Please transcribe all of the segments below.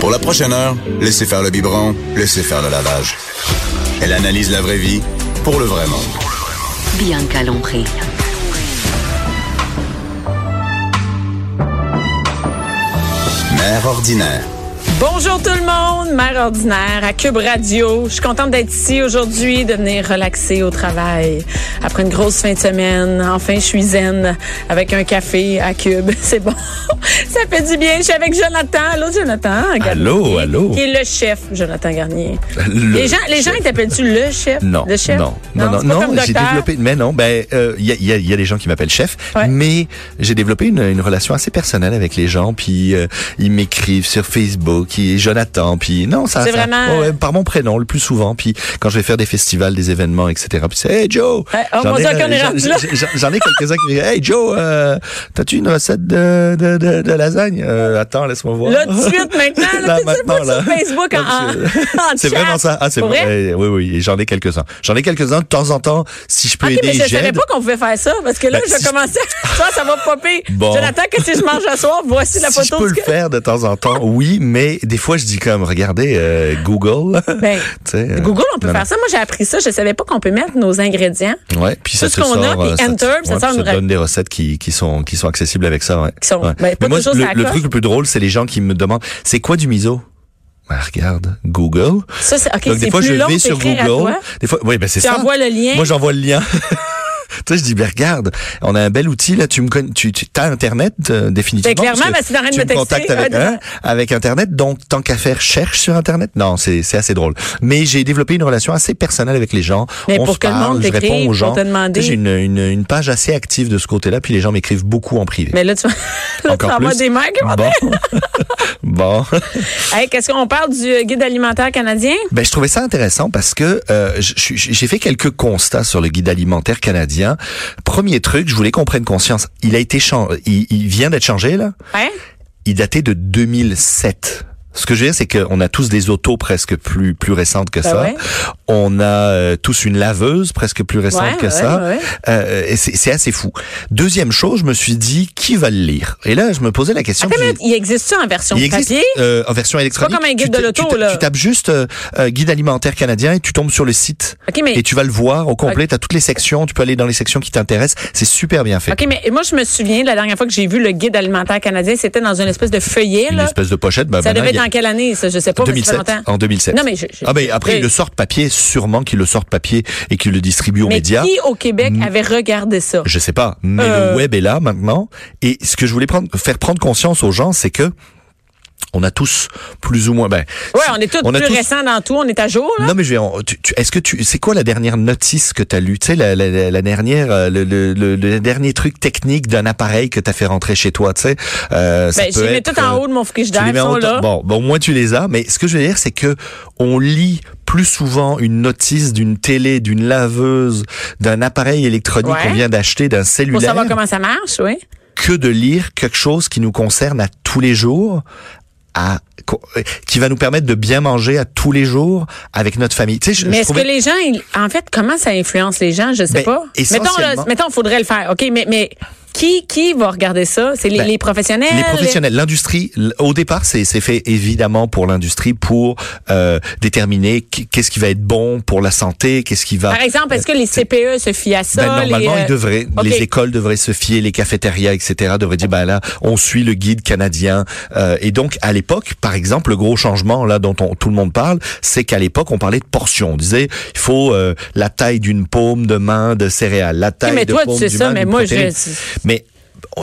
Pour la prochaine heure, laissez faire le biberon, laissez faire le lavage. Elle analyse la vraie vie pour le vrai monde. Bianca Lompré. Mère ordinaire. Bonjour tout le monde, Mère Ordinaire à Cube Radio. Je suis contente d'être ici aujourd'hui, de venir relaxer au travail. Après une grosse fin de semaine, enfin je suis zen avec un café à Cube. C'est bon, ça fait du bien. Je suis avec Jonathan. Allô Jonathan Garnier. Allô, allô. Qui est le chef, Jonathan Garnier. Le les gens, les gens, ils t'appellent-tu le chef? Non, Le chef? non, non, non, c'est pas non, comme j'ai docteur. développé, mais non, ben, euh, il y, a, il y a- il y a des gens qui m'appellent chef, Ouais. mais j'ai développé une, une relation assez personnelle avec les gens, puis euh, ils m'écrivent sur Facebook, ils, Jonathan, puis non, ça, C'est ça- vraiment- ouais, par mon prénom le plus souvent, puis quand je vais faire des festivals, des événements, etc. Puis c'est Hey Joe, Ouais, oh, j'en mon ai, euh, Dieu, qu'on est j'en- rendu là. j'en- j'en- j'en ai quelques-uns qui me disent Hey Joe, euh, t'as-tu une recette de, de, de, de lasagne Euh, Attends, laisse-moi voir. Là, tout de suite, maintenant, là, Là, tout de suite, maintenant, faut être sur là. Facebook en, Non, en, en C'est chat. vraiment ça. Ah, c'est Pour vrai. Eh, oui, oui. et J'en ai quelques-uns. J'en ai quelques-uns de temps en temps. Si je peux Ok, mais aider, je savais j'aide. pas qu'on pouvait faire ça, parce que là, Ben, je si je- commençais à... Ça, ça va popper. Bon. Jonathan, qu'est-ce que je mange ce soir? Voici la si je photo peux du le faire de temps en temps, oui, mais des fois je dis comme, regardez euh, Google, Ben, Tu sais, euh, Google, on peut non, faire ça. Moi, j'ai appris ça. Je savais pas qu'on peut mettre nos ingrédients non. Ouais, puis ça Tout te ce qu'on a, sort, puis euh, te- enter, puis ça ouais, sort une te rec- donne des recettes qui, qui sont qui sont accessibles avec ça. Ouais. Qui sont- Ouais. ben, pas mais moi, toujours ça le, le coche. truc le plus drôle, c'est les gens qui me demandent, c'est quoi du miso Ben, regarde Google. Ça, c'est, ok, Donc des c'est fois plus je long vais sur d'écrire à Google. toi. Des fois, oui, ben c'est Tu ça. envoies le lien. Moi, j'envoie le lien. tu sais, je dis, ben, regarde, on a un bel outil, là, tu me connais, tu, tu as Internet, euh, définitivement. Ben, clairement, parce parce que t'arrêtes tu de me contactes texter. avec, Ouais, hein, avec Internet, donc, tant qu'à faire, cherche sur Internet. Non, c'est, c'est assez drôle. Mais j'ai développé une relation assez personnelle avec les gens. Mais on pour se que le parle, monde je t'écrive, réponds aux pour gens. te demander. Tu sais, J'ai une, une, une page assez active de ce côté-là, puis les gens m'écrivent beaucoup en privé. Mais là, tu, là, tu Encore envoies plus. des mecs. Bon. bon. Ah. Hey, qu'est-ce qu'on parle du euh, guide alimentaire canadien? Ben, je trouvais ça intéressant parce que euh, je- je- j'ai fait quelques constats sur le guide alimentaire canadien. Premier truc, je voulais qu'on prenne conscience. Il a été chan- il, il vient d'être changé là. Hein? Il datait de 2007. Ce que je veux dire, c'est qu'on a tous des autos presque plus plus récentes que Ben ça. ouais. On a euh, tous une laveuse presque plus récente Ouais, que ouais, ça. ouais. Euh, et c'est c'est assez fou. Deuxième chose, je me suis dit qui va le lire. Et là, je me posais la question. Attends, puis- mais il existe ça en version il existe papier? euh, en version électronique. comme un guide Tu ta- de l'auto, tu ta- là. Tu tapes juste euh, euh, guide alimentaire canadien et tu tombes sur le site. OK, mais- Et tu vas le voir au complet. Tu as toutes les sections. Tu peux aller dans les sections qui t'intéressent. C'est super bien fait. OK, mais moi, je me souviens, la dernière fois que j'ai vu le guide alimentaire canadien, c'était dans une espèce de feuillet, Une là. espèce de pochette. Ben, Ça maintenant, devait il y être a- en quelle année, ça? Je sais pas, mais ça fait 2007. longtemps. En 2007. Non, mais je- je- ah ben après je- ils le sortent papier, sûrement qu'ils le sortent papier et qu'ils le distribuent aux Mais médias. qui au Québec avait regardé ça? Je sais pas, mais Euh. le web est là maintenant. Et ce que je voulais prendre, faire prendre conscience aux gens, c'est que on a tous plus ou moins. Ben, Ouais, si- on est tous a plus récents dans tout, on est à jour, là. Non mais je vais. en- tu- tu- Est-ce que tu. C'est quoi la dernière notice que t'as lue Tu sais la, la- la- la dernière, euh, le, le, le- le dernier truc technique d'un appareil que t'as fait rentrer chez toi. Tu sais. Euh, ça Ben, je peut les mets être, tout en euh, haut de mon frigidaire, tu les mets ils en sont haut de ton- là. Bon, bon, au moins tu les as. Mais ce que je veux dire, c'est que on lit plus souvent une notice d'une télé, d'une laveuse, d'un appareil électronique Ouais. qu'on vient d'acheter, d'un Pour cellulaire, savoir comment ça marche, oui. que de lire quelque chose qui nous concerne à tous les jours, à qu'on- qui va nous permettre de bien manger à tous les jours avec notre famille. Tu sais, je- je Mais est-ce trouvais- que les gens, ils- en fait, comment ça influence les gens? Je sais Ben, pas. Mettons, là, essentiellement- mettons, faudrait le faire. OK, mais, mais qui, qui va regarder ça? C'est les, Ben, les professionnels? Les professionnels, l'industrie, l- au départ, c'est c'est fait évidemment pour l'industrie pour euh, déterminer qui- qu'est-ce qui va être bon pour la santé, qu'est-ce qui va. Par exemple, est-ce que les CPE se fient à ça? Euh, Ben, normalement, les, euh, ils devraient. OK. Les écoles devraient se fier, les cafétérias, etc. devraient dire, ben là, on suit le guide canadien. Euh, et donc, à l'époque, par exemple, le gros changement là dont on- tout le monde parle, c'est qu'à l'époque, on parlait de portions. On disait, il faut euh, la taille d'une paume de main de céréales, la taille mais de toi, tu paume sais du ça, main mais d'une moi, protéine. je- Mais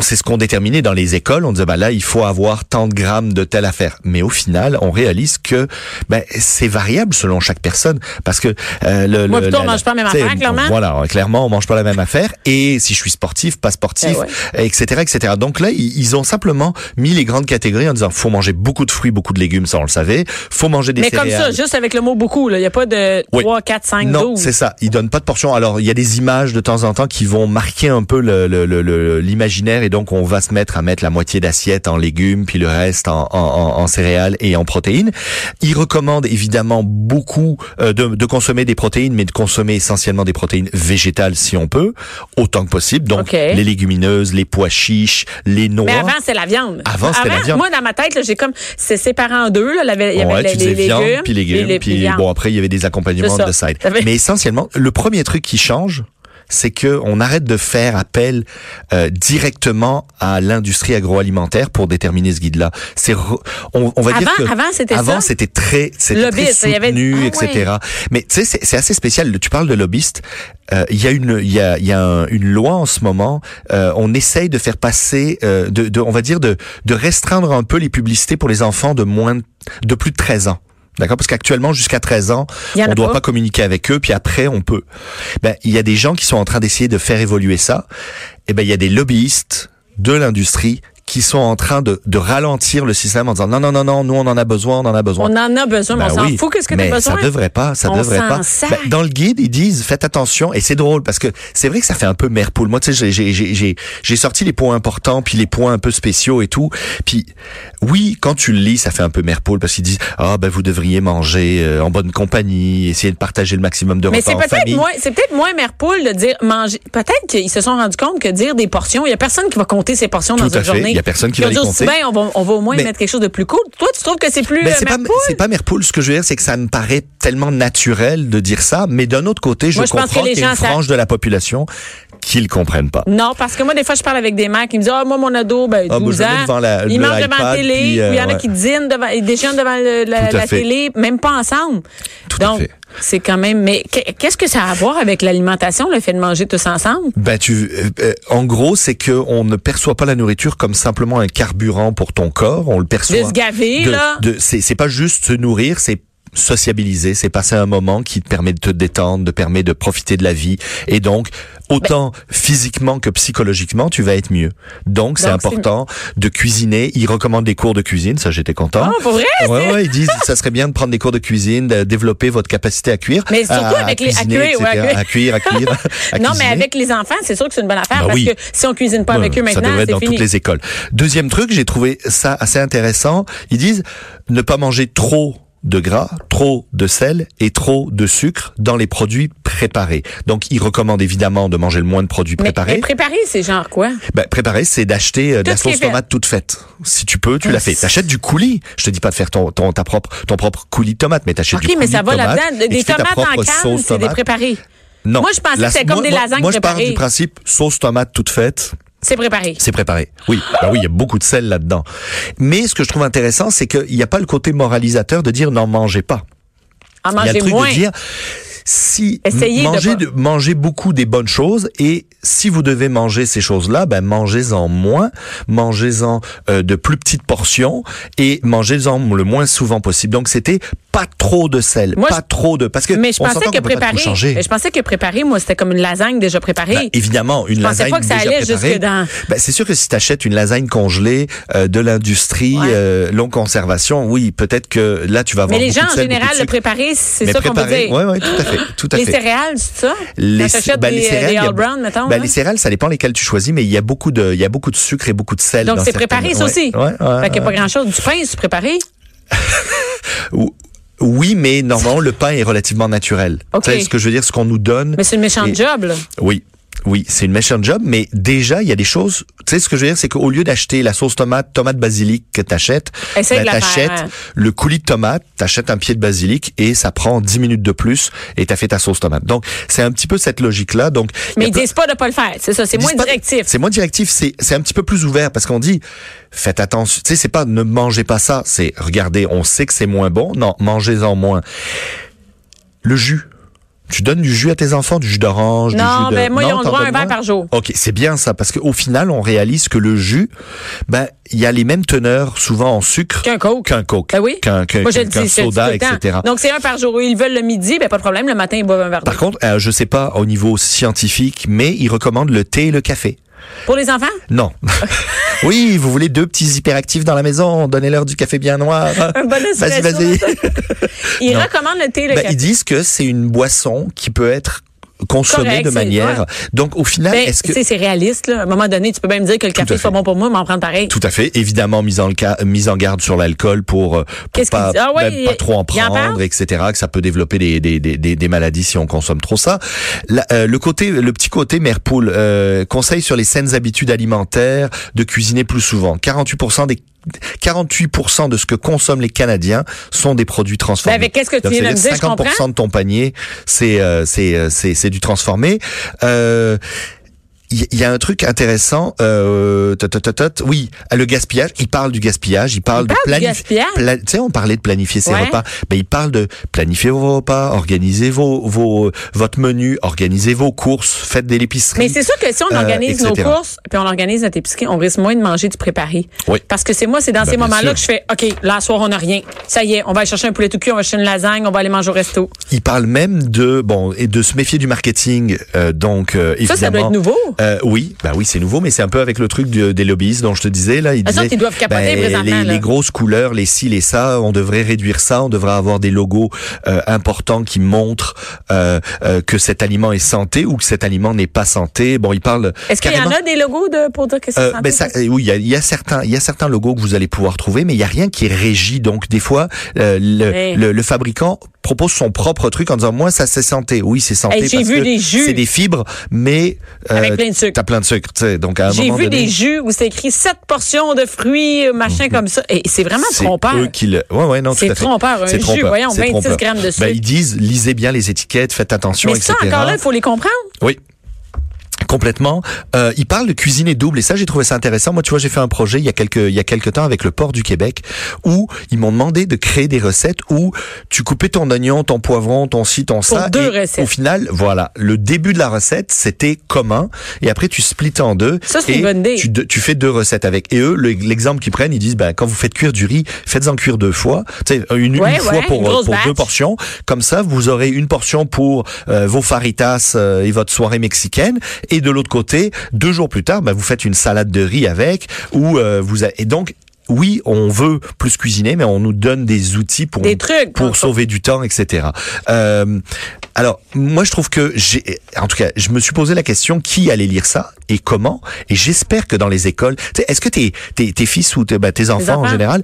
c'est ce qu'on déterminait dans les écoles. On disait, bah ben là, il faut avoir tant de grammes de telle affaire. Mais au final, on réalise que ben, c'est variable selon chaque personne. Parce que euh, le, Moi, le- plutôt, on la- mange pas la même t'sais, affaire, clairement. Voilà, clairement, on mange pas la même affaire. Et si je suis sportif, pas sportif, Eh etc., etc. Donc là, ils ils ont simplement mis les grandes catégories en disant, faut manger beaucoup de fruits, beaucoup de légumes, ça on le savait. Faut manger des Mais comme céréales. ça, juste avec le mot beaucoup, il n'y a pas de Oui. 3, 4, 5, Non, 12. c'est ça. Ils donnent pas de portion. Alors, il y a des images de temps en temps qui vont marquer un peu l'imaginaire le, le, le- l'imaginaire et donc on va se mettre à mettre la moitié d'assiette en légumes, puis le reste en, en, en- en céréales et en protéines. Ils recommandent évidemment beaucoup euh, de, de consommer des protéines, mais de consommer essentiellement des protéines végétales si on peut, autant que possible. Donc, Ok. les légumineuses, les pois chiches, les noix. Mais avant, c'est la viande. Avant, c'était la viande. Moi, dans ma tête, là, j'ai comme, c'est séparé en deux, là. la- Il y avait Ouais, les, tu les disais viande, légumes. puis légumes, les- puis viande. bon après il y avait des accompagnements C'est de ça. side. Ça fait- Mais essentiellement, le premier truc qui change, c'est que on arrête de faire appel euh, directement à l'industrie agroalimentaire pour déterminer ce guide-là. C'est re- on, on va dire Avant- que avant, c'était avant ça? c'était très c'était Lobbyiste, très il y avait- soutenu, Ah etc. ouais. Mais tu sais c'est- c'est assez spécial. Tu parles de lobbyiste. Euh, Il y a une il y a il y a un- une loi en ce moment. euh, on essaye de faire passer euh, de, de on va dire de de restreindre un peu les publicités pour les enfants de moins de- de plus de 13 ans. D'accord Parce qu'actuellement, jusqu'à 13 ans, Il y en on a ne doit pas. pas communiquer avec eux, puis après, on peut. Ben, il y a des gens qui sont en train d'essayer de faire évoluer ça. Et ben, il y a des lobbyistes de l'industrie qui sont en train de, de ralentir le système en disant non, non, non, non, nous, on en a besoin, on en a besoin. On en a besoin, mais Ben on s'en oui, fout. Qu'est-ce que mais t'as besoin? Ça devrait pas, ça On devrait s'en pas. sac. Ben, dans le guide, ils disent faites attention et c'est drôle parce que c'est vrai que ça fait un peu mère poule. Moi, tu sais, j'ai- j'ai- j'ai j'ai- j'ai sorti les points importants puis les points un peu spéciaux et tout. Puis oui, quand tu le lis, ça fait un peu mère poule parce qu'ils disent ah ben vous devriez manger euh, en bonne compagnie, essayer de partager le maximum de Mais repas c'est en peut-être famille. moins, c'est peut-être moins mère poule de dire manger. Peut-être qu'ils se sont rendus compte que dire des portions, il y a personne qui va compter ses portions dans Tout à une fait. journée. Il y a personne qui Ils va ont les dit aussi, compter. Ben, on va, on va au moins Mais- mettre quelque chose de plus cool. Toi, tu trouves que c'est plus Ben, euh, c'est pas mère poule? c'est pas mère poule. Ce que je veux dire, c'est que ça me paraît tellement naturel de dire ça, mais d'un autre côté, je, Moi, je pense que comprends les qu'il y a une gens, ça- frange de la population qui le comprennent pas. Non, parce que moi, des fois, je parle avec des mères qui me disent, ah, moi, mon ado, ben, Ah, ben, 12 je le mets ans. devant la- il le mange devant la iPad, télé. puis, euh, ou il y en a ouais. qui dînent devant, ils déjeunent devant le- la, Tout à la fait. télé, même pas ensemble. à Donc, fait. c'est quand même, mais qu'est- qu'est-ce que ça a à voir avec l'alimentation, le fait de manger tous ensemble? Ben tu, euh, euh, en gros, c'est que on ne perçoit pas la nourriture comme simplement un carburant pour ton corps. On le perçoit. De se gaver, de- là. de- c'est, c'est pas juste se nourrir, c'est sociabiliser, c'est passer un moment qui te permet de te détendre, de permet de profiter de la vie, et donc autant physiquement que psychologiquement, tu vas être mieux. Donc c'est Donc, c'est- important de cuisiner. Ils recommandent des cours de cuisine, ça j'étais content. Ah, pour vrai? Ouais, ouais, ils disent ça serait bien de prendre des cours de cuisine, de développer votre capacité à cuire. Mais surtout à- à avec les- à cuisiner, cuire, ouais, à etc., cuire. à cuire, à cuire, à non, mais cuisiner. avec les enfants, c'est sûr que c'est une bonne affaire Bah parce oui. que si on cuisine pas Ouais, avec eux Ça maintenant, devrait être c'est dans fini. toutes les écoles. Deuxième truc, j'ai trouvé ça assez intéressant. Ils disent ne pas manger trop de gras, trop de sel et trop de sucre dans les produits préparés. Donc, ils recommandent évidemment de manger le moins de produits Mais- préparés. Mais préparer, c'est genre quoi? Ben, préparer, c'est d'acheter euh, de Tout la ce qui est sauce fait. tomate toute faite. Si tu peux, tu Ah, la fais. c'est- T'achètes du coulis. Je te dis pas de faire ton, ton, ta propre, ton propre coulis de tomate, mais t'achètes OK, du coulis mais ça de va tomate là-dedans. et tu Des fais ta tomates en propre canne, sauce c'est des tomate. préparés. Non. Moi, je pensais que c'était comme moi- des moi- lasagnes Moi, je pars préparées. du principe sauce tomate toute faite. C'est préparé. C'est préparé. Oui, bah oui, il y a beaucoup de sel là-dedans. Mais ce que je trouve intéressant, c'est qu'il n'y a pas le côté moralisateur de dire n'en mangez pas. En Il y a le manger truc moins. de dire si Essayez de mangez, pas- de mangez beaucoup des bonnes choses et si vous devez manger ces choses-là, ben mangez-en moins, mangez-en euh, de plus petites portions et mangez-en le moins souvent possible. Donc c'était pas trop de sel, Moi, pas je- trop de parce que Mais je on pensais s'entend que qu'on peut pas tout préparer. changer. mais Je pensais que préparer, moi, c'était comme une lasagne déjà préparée. Ben, évidemment, une Je pensais lasagne pas que ça déjà allait préparée. jusque dans- Ben, c'est sûr que si tu achètes une lasagne congelée euh, de l'industrie Ouais. euh, longue conservation, oui, peut-être que là tu vas avoir mais les beaucoup gens, de en sel, beaucoup général, de le sucre. préparer, c'est Mais ça qu'on veut préparer, dire. ouais, ouais, tout à fait, tout à les fait. céréales, c'est ça? Quand t'achètes ben, des, céréales, des il y a All be- Brown, mettons. là. ben, les céréales, ça dépend lesquelles tu choisis, mais il y a beaucoup de, il y a beaucoup de sucre et beaucoup de sel. Donc, dans c'est certaines- préparé, ça ouais, aussi. ouais, ouais, fait qu'il n'y a ouais. pas grand-chose. Du pain, c'est préparé. Ou- Oui, mais normalement, le pain est relativement naturel. Ok. Tu sais ce que je veux dire, ce qu'on nous donne. Mais c'est une méchante Et- job, là. Oui. Oui, c'est une méchante job, mais déjà, il y a des choses, tu sais, ce que je veux dire, c'est qu'au lieu d'acheter la sauce tomate, tomate basilic que t'achètes, ben, Essaye de la t'achètes faire. le coulis de tomate, t'achètes un pied de basilic et ça prend 10 minutes de plus et t'as fait ta sauce tomate. Donc, c'est un petit peu cette logique-là. Donc, il y Mais a ils plein- disent pas de pas le faire. C'est ça, c'est ils moins disent pas- directif. C'est moins directif, c'est, c'est un petit peu plus ouvert parce qu'on dit, faites attention, tu sais, c'est pas ne mangez pas ça, c'est regardez, on sait que c'est moins bon, non, mangez-en moins. Le jus. Tu donnes du jus à tes enfants, du jus d'orange, du Non, jus de... ben, moi, ils ont le t'en droit à un donnes verre moins? par jour. OK, c'est bien ça, parce qu'au final, on réalise que le jus, ben, il y a les mêmes teneurs, souvent en sucre, Qu'un Coke. Qu'un Coke. Ben oui. Qu'un, qu'un- Moi, je le qu'un dis, je le dis soda, tout le temps. etc. Donc, c'est un par jour. Ils veulent le midi, ben, pas de problème. Le matin, ils boivent un verre Par contre, euh, je sais pas au niveau scientifique, mais ils recommandent le thé et le café. Pour les enfants? Non. oui, vous voulez deux petits hyperactifs dans la maison, donnez-leur du café bien noir. Un bon Vas-y, espresso. vas-y. Ils Non. recommandent le thé, le Ben, café. ils disent que c'est une boisson qui peut être consommée Correct, de c'est- manière. ouais. Donc au final, Ben, est-ce tu que sais, c'est réaliste, là. À un moment donné, tu peux même dire que le café, à c'est pas fait. bon pour moi, mais en prendre pareil. tout à fait, évidemment mise en, le ca- mise en garde sur l'alcool pour, euh, pour Qu'est-ce pas, qu'il dit? Ah ouais, ben, il- pas trop en il en parle? prendre, etc. Que ça peut développer des, des, des, des- des maladies si on consomme trop ça. La- euh, le côté, le petit côté mère poule, euh, conseil sur les saines habitudes alimentaires, de cuisiner plus souvent. 48% des 48% de ce que consomment les Canadiens sont des produits transformés. Ben, avec qu'est-ce que tu Donc, viens de c'est-à-dire me dire, je 50% comprends. de ton panier, c'est euh, c'est euh, c'est c'est du transformé. Euh, il y- il y a un truc intéressant. Euh, tot, tot, tot, tot. oui, le gaspillage. Il parle du gaspillage. Il parle Il de parle du planifier. gaspillage? tu sais, on parlait de planifier ses Ouais. repas. Ben, il parle de planifier vos repas, organisez vos, vos votre menu, organisez vos courses, faites des l'épicerie. Mais c'est sûr que si on euh, organise nos etc.. courses, puis on organise notre épicerie, on risque moins de manger du préparé. Oui. Parce que c'est moi, c'est dans Ben, ces bien moments-là sûr. que je fais, OK, là, ce soir, on n'a rien. Ça y est, on va aller chercher un poulet tout cuit, on va chercher une lasagne, on va aller manger au resto. Il parle même de bon et de se méfier du marketing. euh, donc euh, Ça, évidemment. ça doit être nouveau. Euh, oui, bah oui, c'est nouveau, mais c'est un peu avec le truc du- des lobbyistes dont je te disais là. Ils Ah, ça, disaient, ben, ils doivent capoter présentement, les, là. les grosses couleurs, les ci, les ça, on devrait réduire ça. On devrait avoir des logos euh, importants qui montrent euh, euh, que cet aliment est santé ou que cet aliment n'est pas santé. Bon, ils parlent. Est-ce qu'il y en carrément- a des logos de, pour dire que c'est euh, santé, ben ça, euh, oui, il y a, il y a certains, il y a certains logos que vous allez pouvoir trouver, mais il y a rien qui régit. Donc des fois, euh, le, Ouais. le, le fabricant propose son propre truc en disant moi ça c'est santé. Oui, c'est santé Hey, Eh, j'ai parce vu que des jus. c'est des fibres, mais euh, Avec plein de sucre. T'as plein de sucre, tu sais. Donc à un J'ai moment vu donné, Mhm. des jus où c'est écrit sept portions de fruits, euh, machin comme ça. Et c'est vraiment c'est trompeur. eux qui le. Ouais, ouais, non, tout C'est à fait. trompeur, un C'est jus, trompeur, voyons, c'est 26 trompeur. grammes de sucre. Ben, ils disent lisez bien les étiquettes, faites attention, Mais ça, etc. encore là, il faut les comprendre. Oui. Complètement. Euh, il parle de cuisiner double et ça j'ai trouvé ça intéressant. Moi tu vois j'ai fait un projet il y a quelques il y a quelques temps avec le port du Québec où ils m'ont demandé de créer des recettes où tu coupais ton oignon, ton poivron, ton ci, ton ça. deux et recettes. Au final voilà le début de la recette c'était commun et après tu splits en deux. Ça, c'est et une bonne idée. Tu, de- tu fais deux recettes avec et eux le- l'exemple qu'ils prennent ils disent ben quand vous faites cuire du riz faites-en cuire deux fois tu sais une, une Ouais, fois ouais, pour une euh, grosse pour deux batch. portions portions. Comme ça, vous aurez une portion pour euh, vos faritas euh, et votre soirée mexicaine. Et de l'autre côté, deux jours plus tard, bah, vous faites une salade de riz avec. Ou euh, vous a- et donc. Oui, on veut plus cuisiner, mais on nous donne des outils pour Des trucs, pour pour- sauver du temps, etc. Euh, alors, moi, je trouve que j'ai, en tout cas, je me suis posé la question qui allait lire ça et comment. Et j'espère que dans les écoles, tu sais, est-ce que tes tes, tes fils ou tes, bah, tes enfants en enfants. général,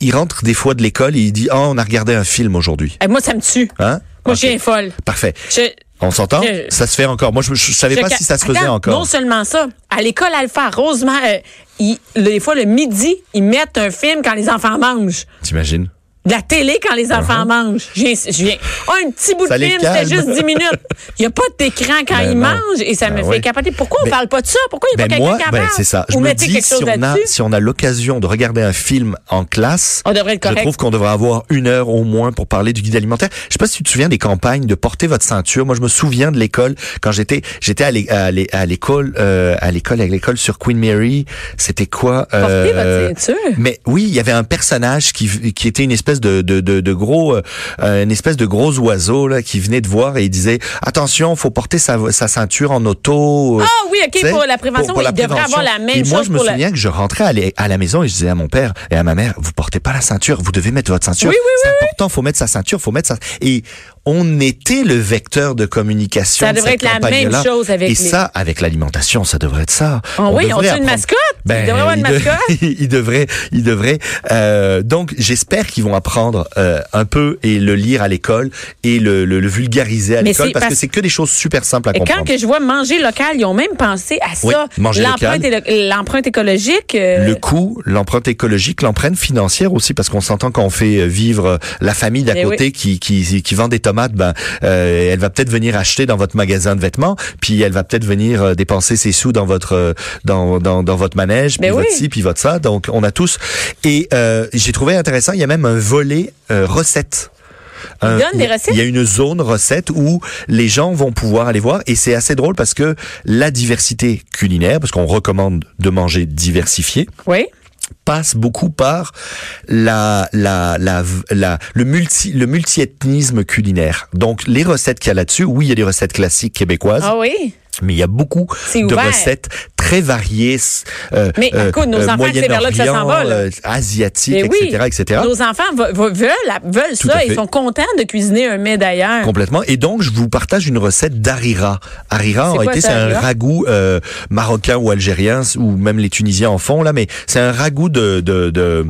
ils rentrent des fois de l'école et ils disent, ah, on a regardé un film aujourd'hui. Eh, moi, ça me tue. Hein? Moi, Ok. je viens folle. Parfait. Je- On s'entend? Je- Ça se fait encore. Moi, je, je savais je pas ca- si ça se faisait Attends, encore. Non seulement ça. À l'école Alpha, Rosemary, euh, ils- des fois, le midi, ils mettent un film quand les enfants mangent. T'imagines? De la télé quand les enfants mangent. Je viens, je viens. Oh, un petit bout Uh-huh. Ça de les film, c'était calme. juste 10 minutes. Il n'y a pas d'écran quand Ben ils non. mangent et ça me Ben fait oui. capoter. Pourquoi on Ben- parle pas de ça? Pourquoi il n'y a Ben pas moi, quelqu'un qui en ben parle? c'est ça. Je Ou me mettez dis quelque si chose on a là-dessus? si on a l'occasion de regarder un film en classe, On devrait être je correct. trouve qu'on devrait avoir une heure au moins pour parler du guide alimentaire. Je sais pas si tu te souviens des campagnes de porter votre ceinture. Moi, je me souviens de l'école quand j'étais j'étais à l'é- à l'é- à l'école euh, à l'école à l'école sur Queen Mary. C'était quoi euh, Portez votre ceinture. Mais oui, il y avait un personnage qui, qui était une espèce de, de, de, de gros, euh, une espèce de gros oiseau là qui venait de voir et il disait attention, faut porter sa, sa ceinture en auto. euh, Ah oui, ok, Tu sais, pour la prévention, oui, il devrait avoir la même et moi, chose je me pour la- souviens que je rentrais à, la- à la maison et je disais à mon père et à ma mère, vous portez pas la ceinture, vous devez mettre votre ceinture. Oui, oui, C'est important, faut mettre sa ceinture, faut mettre sa. Et on était le vecteur de communication. Ça de devrait cette être la même campagne-là. chose avec Et les- ça, avec l'alimentation, ça devrait être ça. Ah oui, on a-tu devrait une apprendre- Ben, mascotte? Il devrait avoir une il de- mascotte? il devrait, il devrait. euh, donc, j'espère qu'ils vont apprendre euh, un peu et le lire à l'école et le, le- le vulgariser à Mais l'école c'est parce, que parce- c'est que des choses super simples à Et comprendre. quand que je vois manger local, ils ont même pensé à ça. Oui, manger L'empreinte local. élo- L'empreinte écologique. euh, Le coût, l'empreinte écologique, l'empreinte financière aussi, parce qu'on s'entend quand on fait euh, vivre la famille d'à Mais côté qui, qui, qui vend des tomates, ben, euh, elle va peut-être venir acheter dans votre magasin de vêtements, puis elle va peut-être venir euh, dépenser ses sous dans votre euh, dans, dans, dans votre manège, puis Mais Ben oui. votre ci, puis votre ça. Donc on a tous. Et euh, j'ai trouvé intéressant, il y a même un volet euh, recette. Un- donne des recettes? Il y a une zone recette où les gens vont pouvoir aller voir et c'est assez drôle parce que la diversité culinaire, parce qu'on recommande de manger diversifié, Oui. Ah, passe beaucoup par la, la, la, la- le multi, le multiethnisme culinaire. Donc, les recettes qu'il y a là-dessus, oui, il y a des recettes classiques québécoises, Ah oui. mais il y a beaucoup C'est de ouvert. recettes très variées. euh, Mais, écoute, nos enfants, c'est vers là que ça s'en va, Moyen-Orient, là. euh, asiatiques, Mais Ben oui. etc., etc. Nos enfants vo- vo- veulent, veulent Tout à ça. fait. Ils sont contents de cuisiner un mets d'ailleurs. Complètement. Et donc, je vous partage une recette d'harira. Harira, en C'est quoi réalité, ça, c'est un harira? ragoût euh, marocain ou algérien, ou même les Tunisiens en font, là, mais c'est un ragoût de... de, de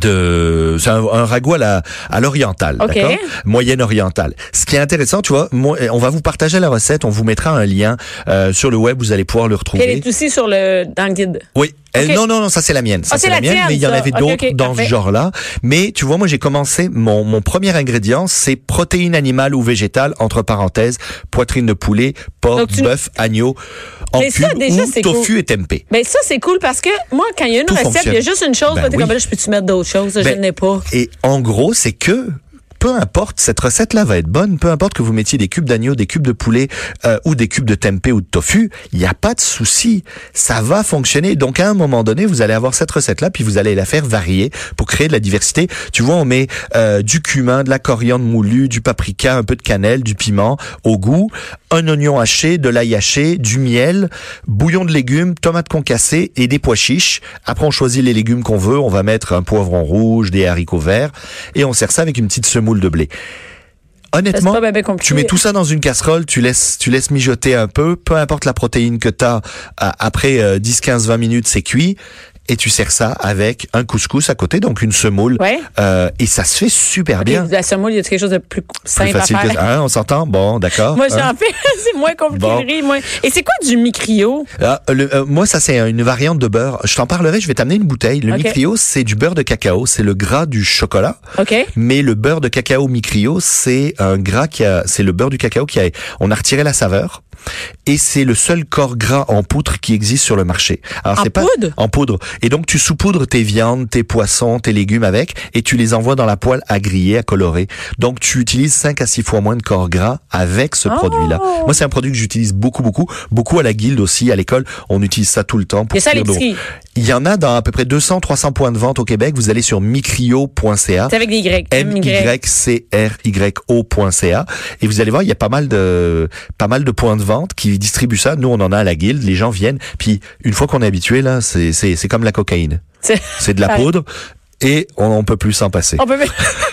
de c'est un, un ragoût à la à l'oriental Ok. d'accord moyenne orientale ce qui est intéressant tu vois moi, on va vous partager la recette on vous mettra un lien euh, sur le web vous allez pouvoir le Puis retrouver Elle est aussi sur le, dans le guide. oui. Elle- Ok. Non, non, non, ça c'est la mienne. Ça Ah, c'est c'est la, la mienne, tienne, mais il y en ça. avait Ok, d'autres ok, dans parfait. ce genre-là. Mais tu vois, moi j'ai commencé, mon, mon premier ingrédient, c'est protéines animales ou végétales, entre parenthèses, poitrine de poulet, porc, Donc, tu- bœuf, agneau, en Mais cube ça, déjà, ou c'est tofu cool. et tempeh. Ben ça, c'est cool parce que moi, quand il y a une Tout recette, il y a fonctionne. juste une chose. Ben toi, t'es oui. comme, ben là, je peux-tu mettre d'autres choses? je Ben, n'ai pas. Et en gros, c'est que peu importe, cette recette-là va être bonne, peu importe que vous mettiez des cubes d'agneau, des cubes de poulet euh, ou des cubes de tempeh ou de tofu, il n'y a pas de souci, ça va fonctionner. Donc à un moment donné, vous allez avoir cette recette-là, puis vous allez la faire varier pour créer de la diversité. Tu vois, on met euh, du cumin, de la coriandre moulue, du paprika, un peu de cannelle, du piment au goût, un oignon haché, de l'ail haché, du miel, bouillon de légumes, tomates concassées et des pois chiches. Après, on choisit les légumes qu'on veut. On va mettre un poivron rouge, des haricots verts et on sert ça avec une petite semoule de blé. Honnêtement, Ça, c'est pas ben, ben compliqué. tu mets tout ça dans une casserole, tu laisses, tu laisses mijoter un peu, peu importe la protéine que tu as, après euh, 10, 15, 20 minutes, c'est cuit, et tu sers ça avec un couscous à côté, donc une semoule, Ouais. euh, et ça se fait super bien. La semoule, il y a quelque chose de plus Plus simple à facile faire. que ça. Hein, on s'entend? Bon, d'accord. Moi, Hein? j'en fais. c'est moins compliqué Bon. de rire, moi. Et c'est quoi du micrio? Ah, le- euh, moi, ça, c'est une variante de beurre. Je t'en parlerai, je vais t'amener une bouteille. Le Ok. micrio, c'est du beurre de cacao, c'est le gras du chocolat. OK? Mais le beurre de cacao micrio, c'est un gras qui a, c'est le beurre du cacao qui a, on a retiré la saveur. Et c'est le seul corps gras en poudre qui existe sur le marché. Alors, En c'est pas, poudre? En poudre. Et donc, tu saupoudres tes viandes, tes poissons, tes légumes avec, et tu les envoies dans la poêle à griller, à colorer. Donc, tu utilises 5 à 6 fois moins de corps gras avec ce Oh! produit-là. Moi, c'est un produit que j'utilise beaucoup, beaucoup. Beaucoup à la guilde aussi, à l'école. On utilise ça tout le temps pour Et ça, à cuire nos- l'épicerie. Il y en a dans à peu près 200, 300 points de vente au Québec. Vous allez sur micrio.ca. C'est avec des Y. M-Y. M-Y-C-R-Y-O.ca. Et vous allez voir, il y a pas mal de, pas mal de points de vente qui distribuent ça. Nous, on en a à la guilde. Les gens viennent. Puis, une fois qu'on est habitué, là, c'est, c'est, c'est comme la cocaïne. C'est- C'est de la Ouais. Oh, poudre. Et on, on peut plus s'en passer. On peut...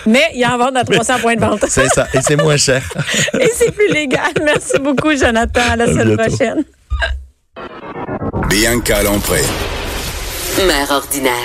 Mais il y en vend à 300 points de vente. C'est ça. Et c'est moins cher. Et c'est plus légal. Merci beaucoup, Jonathan. À la semaine bientôt. prochaine. Bianca Lompré. Mère ordinaire.